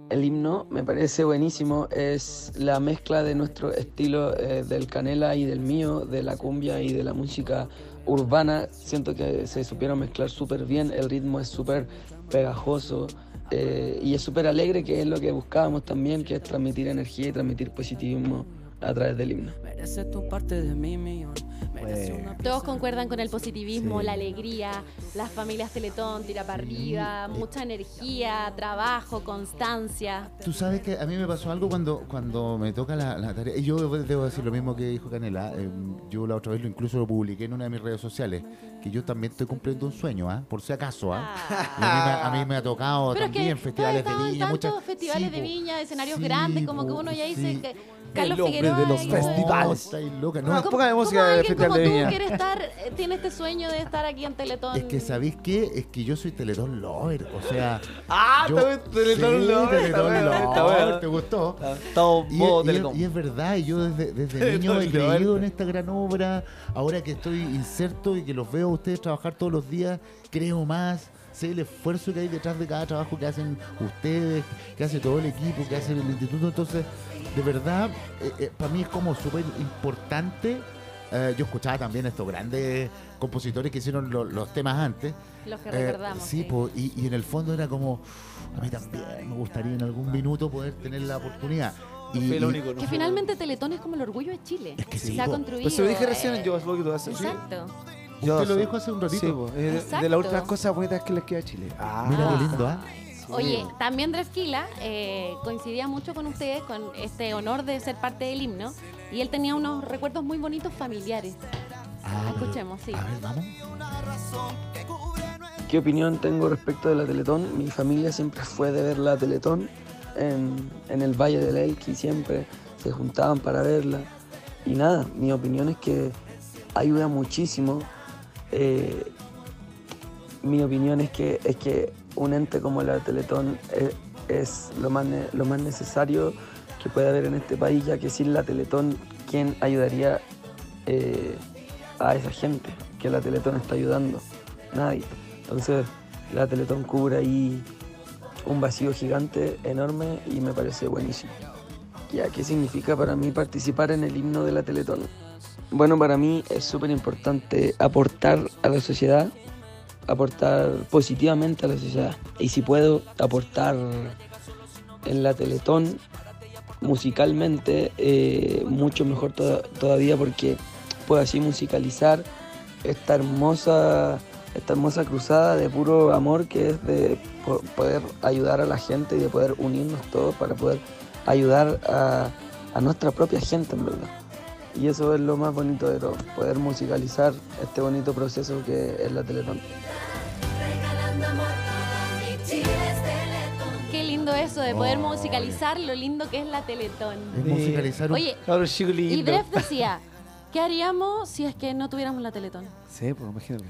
[SPEAKER 10] El himno me parece buenísimo, es la mezcla de nuestro estilo eh, del canela y del mío, de la cumbia y de la música urbana. Siento que se supieron mezclar súper bien, el ritmo es súper pegajoso eh, y es súper alegre, que es lo que buscábamos también, que es transmitir energía y transmitir positivismo a través del himno.
[SPEAKER 11] Mereces tu parte de mi millón.
[SPEAKER 4] pues,
[SPEAKER 11] Mereces
[SPEAKER 6] Bueno.
[SPEAKER 11] una
[SPEAKER 4] Todos concuerdan con el positivismo,
[SPEAKER 6] Sí.
[SPEAKER 4] la alegría, las familias Teletón, tira para arriba,
[SPEAKER 5] eh.
[SPEAKER 4] mucha energía, trabajo, constancia.
[SPEAKER 5] Tú sabes que a mí me pasó algo cuando, cuando me toca la, la tarea. Y yo debo- debo decir lo mismo que dijo Canela. eh, yo la otra vez lo incluso lo publiqué en una de mis redes sociales. Que yo también estoy cumpliendo un sueño, ¿ah? Por si acaso, ¿ah? Y A, mí me, a mí me ha tocado
[SPEAKER 4] Pero es que
[SPEAKER 5] también festivales de
[SPEAKER 4] todos estaban
[SPEAKER 5] viña.
[SPEAKER 4] tantos
[SPEAKER 5] muchas-
[SPEAKER 4] festivales
[SPEAKER 5] sí,
[SPEAKER 4] de
[SPEAKER 5] po.
[SPEAKER 4] viña, escenarios
[SPEAKER 5] Sí,
[SPEAKER 4] grandes, como que
[SPEAKER 5] po,
[SPEAKER 4] uno ya
[SPEAKER 5] sí.
[SPEAKER 4] dice que Carlos
[SPEAKER 6] El hombre de
[SPEAKER 4] Figueroa
[SPEAKER 6] los
[SPEAKER 4] y-
[SPEAKER 6] festivales.
[SPEAKER 5] No, estáis loca. No,
[SPEAKER 4] ¿Cómo-
[SPEAKER 6] Póngame
[SPEAKER 4] cómo
[SPEAKER 6] música de
[SPEAKER 4] alguien
[SPEAKER 6] Festival
[SPEAKER 4] como
[SPEAKER 6] de
[SPEAKER 4] tú
[SPEAKER 6] Viña.
[SPEAKER 4] quiere estar, eh, tiene este sueño de estar aquí en Teletón?
[SPEAKER 5] es que ¿sabéis qué? Es que yo soy Teletón Lover. O sea...
[SPEAKER 6] Ah,
[SPEAKER 5] yo-
[SPEAKER 6] también Teletón
[SPEAKER 5] Sí,
[SPEAKER 6] Lover, está
[SPEAKER 5] Teletón
[SPEAKER 6] bueno, está
[SPEAKER 5] Lover,
[SPEAKER 6] bueno.
[SPEAKER 5] ¿Te gustó?
[SPEAKER 6] Todo
[SPEAKER 5] Y,
[SPEAKER 6] modo
[SPEAKER 5] y-
[SPEAKER 6] Telecom.
[SPEAKER 5] y es verdad, y yo desde, desde
[SPEAKER 6] Teletón
[SPEAKER 5] niño he
[SPEAKER 6] Lover.
[SPEAKER 5] creído en esta gran obra. Ahora que estoy inserto y que los veo a ustedes trabajar todos los días, creo más. Sé el esfuerzo que hay detrás de cada trabajo que hacen ustedes, que hace todo el equipo, que hace el instituto. Entonces, de verdad, eh, para mí es como súper importante. Eh, yo escuchaba también a estos grandes compositores que hicieron lo- los temas antes.
[SPEAKER 4] Los que
[SPEAKER 5] Eh,
[SPEAKER 4] recordamos.
[SPEAKER 5] sí, po, y, y en el fondo era como, a mí también me gustaría en algún minuto poder tener la oportunidad. Y,
[SPEAKER 6] Fui el
[SPEAKER 5] y-
[SPEAKER 6] único, ¿no?
[SPEAKER 4] Que finalmente Teletón es como el orgullo de Chile.
[SPEAKER 5] Es que sí,
[SPEAKER 4] Se ha
[SPEAKER 5] po.
[SPEAKER 4] construido.
[SPEAKER 6] Pues se lo dije recién,
[SPEAKER 4] eh,
[SPEAKER 6] yo es lo que tú haces.
[SPEAKER 4] Exacto.
[SPEAKER 6] Yo
[SPEAKER 5] usted lo
[SPEAKER 6] sé.
[SPEAKER 5] dijo hace un ratito.
[SPEAKER 6] Sí, po, eh, de- de
[SPEAKER 4] Exacto.
[SPEAKER 6] las últimas cosas bonitas que les queda a Chile. Ah,
[SPEAKER 5] Mira
[SPEAKER 4] Ah.
[SPEAKER 5] qué lindo, ¿ah?
[SPEAKER 4] Oye, también Drefkila eh, coincidía mucho con ustedes, con este honor de ser parte del himno, y él tenía unos recuerdos muy bonitos familiares.
[SPEAKER 5] Ah, pero-
[SPEAKER 4] Escuchemos, sí.
[SPEAKER 5] A ver, vamos.
[SPEAKER 10] ¿Qué opinión tengo respecto de la Teletón? Mi familia siempre fue de ver la Teletón en, en el Valle del Elqui, siempre se juntaban para verla. Y nada, mi opinión es que ayuda muchísimo. Eh, mi opinión es que, es que un ente como la Teletón es, es lo, más, ne- lo más necesario que puede haber en este país, ya que sin la Teletón, ¿quién ayudaría eh, a esa gente que la Teletón está ayudando? Nadie. Entonces, la Teletón cubre ahí un vacío gigante, enorme, y me parece buenísimo. Ya, ¿qué significa para mí participar en el himno de la Teletón? Bueno, para mí es súper importante aportar a la sociedad, aportar positivamente a la sociedad. Y si puedo aportar en la Teletón musicalmente, eh, mucho mejor to- todavía porque puedo así musicalizar esta hermosa, esta hermosa cruzada de puro amor que es de po- poder ayudar a la gente y de poder unirnos todos para poder ayudar a, a nuestra propia gente en verdad. Y eso es lo más bonito de todo, poder musicalizar este bonito proceso que es la Teletón.
[SPEAKER 2] Regalando amor y chiles Teletón.
[SPEAKER 4] Qué lindo eso de poder
[SPEAKER 5] Ay.
[SPEAKER 4] musicalizar lo lindo que es la
[SPEAKER 5] Es
[SPEAKER 4] Teletón.
[SPEAKER 6] Sí.
[SPEAKER 5] musicalizar un...
[SPEAKER 4] Oye,
[SPEAKER 6] Claro, chico
[SPEAKER 4] y
[SPEAKER 6] lindo.
[SPEAKER 4] Dref decía, ¿qué haríamos si es que no tuviéramos la Teletón?
[SPEAKER 6] Sí, pues imagínate.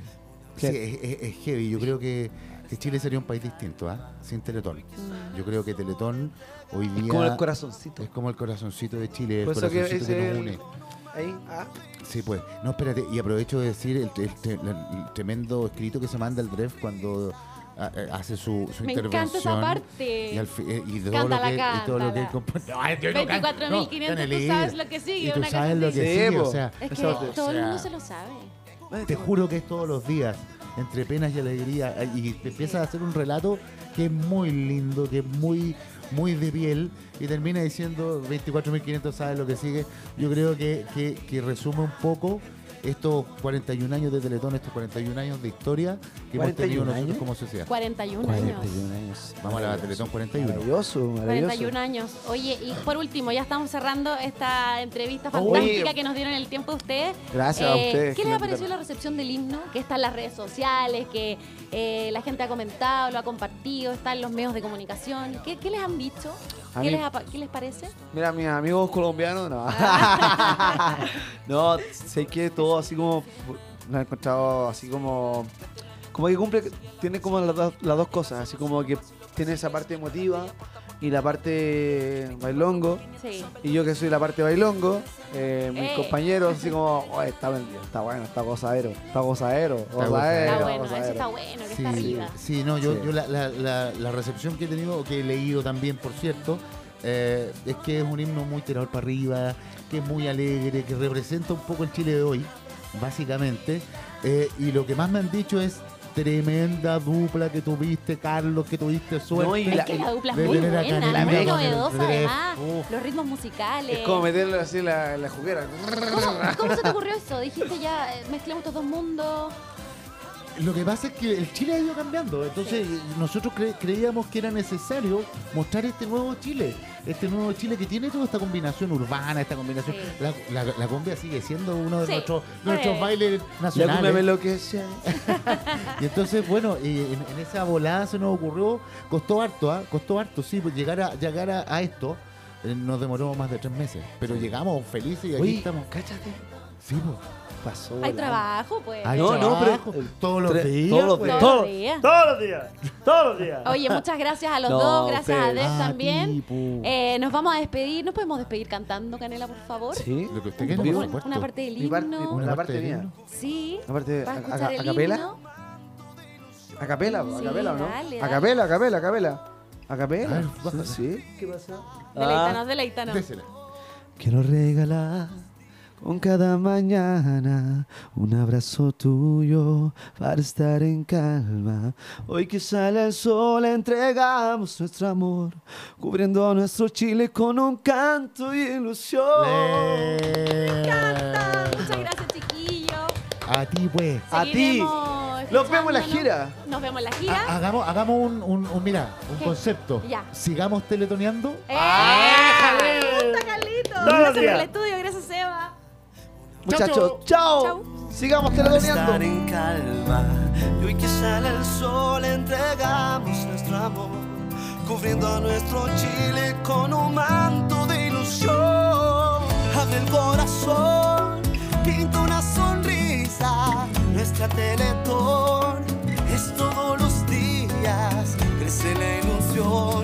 [SPEAKER 5] Sí, es, es- es heavy. Yo creo que, que Chile sería un país distinto, ¿ah? Sin Teletón.
[SPEAKER 4] Mm.
[SPEAKER 5] Yo creo que Teletón hoy día...
[SPEAKER 6] Es como el corazoncito.
[SPEAKER 5] es como el corazoncito de Chile, el
[SPEAKER 6] Por eso que
[SPEAKER 5] corazoncito que,
[SPEAKER 6] ese
[SPEAKER 5] nos
[SPEAKER 6] el-
[SPEAKER 5] une.
[SPEAKER 6] Ahí, ah.
[SPEAKER 5] Sí, pues. No, espérate, y aprovecho de decir el, el tre- la- el tremendo escrito que se manda el Dref cuando ah, eh, hace su, su
[SPEAKER 4] Me
[SPEAKER 5] intervención.
[SPEAKER 4] encanta esa parte.
[SPEAKER 5] Y, al fi- eh, y todo
[SPEAKER 4] Cántala,
[SPEAKER 5] lo que, y todo lo que
[SPEAKER 4] cántala.
[SPEAKER 5] compone- Ay, yo no canto,
[SPEAKER 4] 24.500,
[SPEAKER 5] no,
[SPEAKER 4] tú sabes lo que sigue,
[SPEAKER 5] Y tú
[SPEAKER 4] una cosa
[SPEAKER 5] sabes lo que
[SPEAKER 6] así.
[SPEAKER 5] sigue,
[SPEAKER 6] Sí,
[SPEAKER 5] o
[SPEAKER 6] po.
[SPEAKER 5] sea,
[SPEAKER 4] Es que
[SPEAKER 6] Eso, o
[SPEAKER 4] todo el
[SPEAKER 5] sea,
[SPEAKER 4] mundo se lo sabe.
[SPEAKER 5] te juro que es todos los días, entre penas y alegría, eh, y te empiezas a hacer un relato que es muy lindo, que es muy muy de piel, y termina diciendo 24.500 sabes lo que sigue. Yo creo que, que, que resume un poco estos 41 años de Teletón, estos 41 años de historia que hemos tenido
[SPEAKER 6] 41
[SPEAKER 5] nosotros
[SPEAKER 6] años.
[SPEAKER 5] como sociedad.
[SPEAKER 4] 41 años.
[SPEAKER 6] 41 años.
[SPEAKER 5] Vamos a la Teletón 41.
[SPEAKER 6] Maravilloso, maravilloso.
[SPEAKER 4] 41 años. Oye, y por último, ya estamos cerrando esta entrevista
[SPEAKER 6] Oye.
[SPEAKER 4] fantástica que nos dieron el tiempo de ustedes.
[SPEAKER 6] Gracias a
[SPEAKER 4] Eh,
[SPEAKER 6] ustedes.
[SPEAKER 4] ¿Qué
[SPEAKER 6] que
[SPEAKER 4] les ha
[SPEAKER 6] me
[SPEAKER 4] parecido la recepción del himno? Que está en las redes sociales, que eh, la gente ha comentado, lo ha compartido, está en los medios de comunicación. ¿Qué, qué les han dicho?
[SPEAKER 6] A
[SPEAKER 4] ¿Qué
[SPEAKER 6] mí-
[SPEAKER 4] les, apa- qué les parece?
[SPEAKER 6] Mira, mis amigos colombianos, no. no, sé que todo así como. Lo he encontrado así como. Como que cumple. Tiene como las dos, las dos cosas. Así como que tiene esa parte emotiva y la parte bailongo.
[SPEAKER 4] Sí.
[SPEAKER 6] Y yo que soy la parte bailongo. eh, mis
[SPEAKER 4] Eh.
[SPEAKER 6] compañeros, así como. "Oh, está buen día, está bueno, está gozadero. Está gozadero.
[SPEAKER 5] bueno.
[SPEAKER 6] gozadero,
[SPEAKER 4] Está bueno, eso
[SPEAKER 6] gozadero".
[SPEAKER 4] está bueno, que
[SPEAKER 5] Sí,
[SPEAKER 4] está arriba.
[SPEAKER 5] sí, no, yo,
[SPEAKER 6] Sí.
[SPEAKER 5] yo la, la- la- la recepción que he tenido, o que he leído también, por cierto, eh, es que es un himno muy tirador para arriba, que es muy alegre, que representa un poco el Chile de hoy, básicamente. Eh, y lo que más me han dicho es, tremenda dupla que tuviste, Carlos, que tuviste suerte.
[SPEAKER 6] No, y
[SPEAKER 4] Es que la dupla es
[SPEAKER 5] de
[SPEAKER 4] muy
[SPEAKER 5] tener a
[SPEAKER 4] buena,
[SPEAKER 5] Carolina
[SPEAKER 4] muy
[SPEAKER 5] con el
[SPEAKER 4] novedosa
[SPEAKER 5] Dref.
[SPEAKER 4] además.
[SPEAKER 5] Uf.
[SPEAKER 4] Los ritmos musicales.
[SPEAKER 6] Es como meterlo así en la, en la juguera.
[SPEAKER 4] ¿Cómo se te ocurrió eso? Dijiste ya, eh, mezclemos estos dos mundos.
[SPEAKER 5] Lo que pasa es que el Chile ha ido cambiando, entonces nosotros cre- creíamos que era necesario mostrar este nuevo Chile, este nuevo Chile que tiene toda esta combinación urbana, esta combinación.
[SPEAKER 4] Sí.
[SPEAKER 5] La, la, la cumbia sigue siendo uno de
[SPEAKER 4] Sí,
[SPEAKER 5] nuestros,
[SPEAKER 4] sí.
[SPEAKER 5] nuestros bailes
[SPEAKER 4] ¿eh?
[SPEAKER 6] Ya cúmeme
[SPEAKER 5] nacionales.
[SPEAKER 6] lo que sea.
[SPEAKER 5] Y entonces, bueno, eh, en, en esa volada se nos ocurrió, costó harto, ¿ah? costó harto, sí, pues llegar a, llegar a, a esto. eh, Nos demoró más de tres meses, pero llegamos felices y aquí
[SPEAKER 6] Oye,
[SPEAKER 5] estamos.
[SPEAKER 6] cáchate.
[SPEAKER 5] Sí, pues.
[SPEAKER 6] Pasó.
[SPEAKER 4] Hay
[SPEAKER 6] volando.
[SPEAKER 4] trabajo, pues.
[SPEAKER 5] Hay
[SPEAKER 6] Ah, No, no, pero-
[SPEAKER 5] trabajo, todos los
[SPEAKER 6] Tre-
[SPEAKER 5] días.
[SPEAKER 6] todos los
[SPEAKER 5] pues.
[SPEAKER 6] días.
[SPEAKER 4] Todos
[SPEAKER 6] Todo-
[SPEAKER 4] los días.
[SPEAKER 7] Todos los días, todos los días.
[SPEAKER 4] Oye, muchas gracias a los
[SPEAKER 6] No,
[SPEAKER 4] dos, gracias a
[SPEAKER 6] ustedes.
[SPEAKER 4] Def
[SPEAKER 5] Ah,
[SPEAKER 4] también.
[SPEAKER 5] tipo.
[SPEAKER 4] Eh, nos vamos a despedir. ¿Nos podemos despedir cantando, Canela, por favor?
[SPEAKER 6] Sí.
[SPEAKER 5] Lo que usted
[SPEAKER 6] Un
[SPEAKER 5] quiera,
[SPEAKER 6] vivo.
[SPEAKER 5] por
[SPEAKER 4] Una,
[SPEAKER 5] supuesto.
[SPEAKER 4] una parte del
[SPEAKER 6] Mi parte-
[SPEAKER 4] himno.
[SPEAKER 6] una- la parte
[SPEAKER 5] del
[SPEAKER 6] mía.
[SPEAKER 5] himno.
[SPEAKER 4] Sí.
[SPEAKER 6] Aparte,
[SPEAKER 4] ¿Vas a
[SPEAKER 6] a,
[SPEAKER 4] escuchar
[SPEAKER 6] a- a
[SPEAKER 4] el
[SPEAKER 6] capela.
[SPEAKER 4] himno?
[SPEAKER 6] A capela, a
[SPEAKER 4] Sí,
[SPEAKER 6] capela, ¿o ¿no?
[SPEAKER 4] dale,
[SPEAKER 6] a capela, a capela, a capela. A
[SPEAKER 5] A
[SPEAKER 6] capela.
[SPEAKER 5] ver, bájala.
[SPEAKER 6] Sí. Ah. ¿Qué pasa?
[SPEAKER 7] Ah.
[SPEAKER 4] Deleítanos, deleítanos.
[SPEAKER 5] Désela.
[SPEAKER 6] Quiero regalar con cada mañana un abrazo tuyo para estar en calma. Hoy que sale el sol entregamos nuestro amor, cubriendo nuestro Chile con un canto y ilusión.
[SPEAKER 5] ¡Oh! Me
[SPEAKER 4] encanta. Muchas gracias, chiquillos.
[SPEAKER 5] A ti, pues.
[SPEAKER 6] A ti.
[SPEAKER 4] Seguiremos
[SPEAKER 6] Los vemos en la
[SPEAKER 4] escuchándonos.
[SPEAKER 6] gira.
[SPEAKER 4] Nos vemos en la gira.
[SPEAKER 5] Ha- hagamos hagamos un, un, un- mira, un
[SPEAKER 4] ¿Qué?
[SPEAKER 5] concepto.
[SPEAKER 4] Ya.
[SPEAKER 5] Sigamos teletoneando.
[SPEAKER 6] Ah.
[SPEAKER 4] ¡Eh!
[SPEAKER 7] ¡Ájale!
[SPEAKER 4] Me gusta, Carlitos.
[SPEAKER 7] Ah. Todos los
[SPEAKER 4] Gracias por
[SPEAKER 7] días.
[SPEAKER 4] el estudio, gracias, Eva.
[SPEAKER 6] Muchachos, chao.
[SPEAKER 4] Chao.
[SPEAKER 6] Sigamos
[SPEAKER 7] Para estar
[SPEAKER 6] teledoneando.
[SPEAKER 7] en calma. Y hoy que sale el sol entregamos nuestro amor, cubriendo a nuestro Chile con un manto de ilusión. Abre el corazón, pinta una sonrisa. Nuestra Teletón es todos los días, crece la ilusión.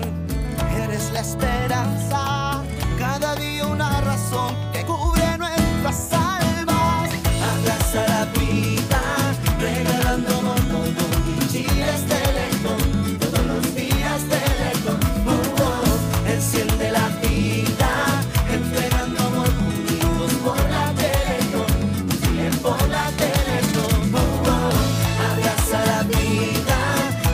[SPEAKER 7] Eres la esperanza, cada día una razón que cubre nuestras almas. Abraza la vida, regalándonos todo. Chile es Teletón, todos los días Teletón. Oh, oh. Enciende la vida, entregándonos unidos por la Teletón. Chile por la Teletón. Oh, oh. Abraza la vida,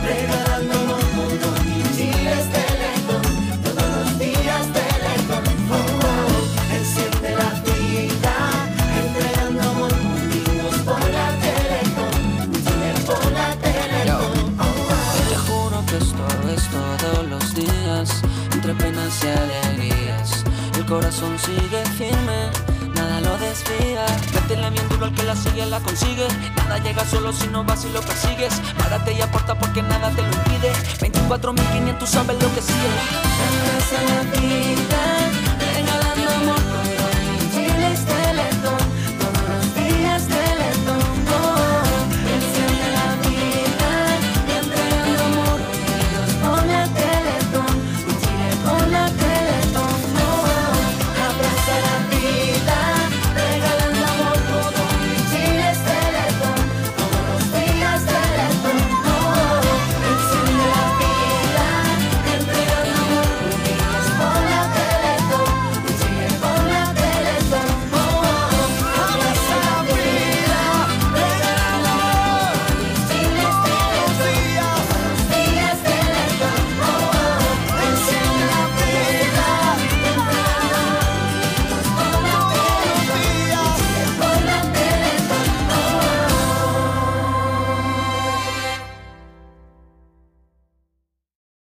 [SPEAKER 7] regalándonos todo. Chile es Teletón, todos los días Teletón. Oh, oh. Enciende la vida, entregándonos unidos por la Teletón. Chile por la Teletón.
[SPEAKER 10] Te juro que esto es todos los días, entre penas y alegrías. El corazón sigue firme, nada lo desvía. Métele bien duro al que la sigue, la consigue. Nada llega solo si no vas y lo persigues. Párate y aporta porque nada te lo impide. 24.500 sabes lo que sigue.
[SPEAKER 12] Abraza la vida, oh,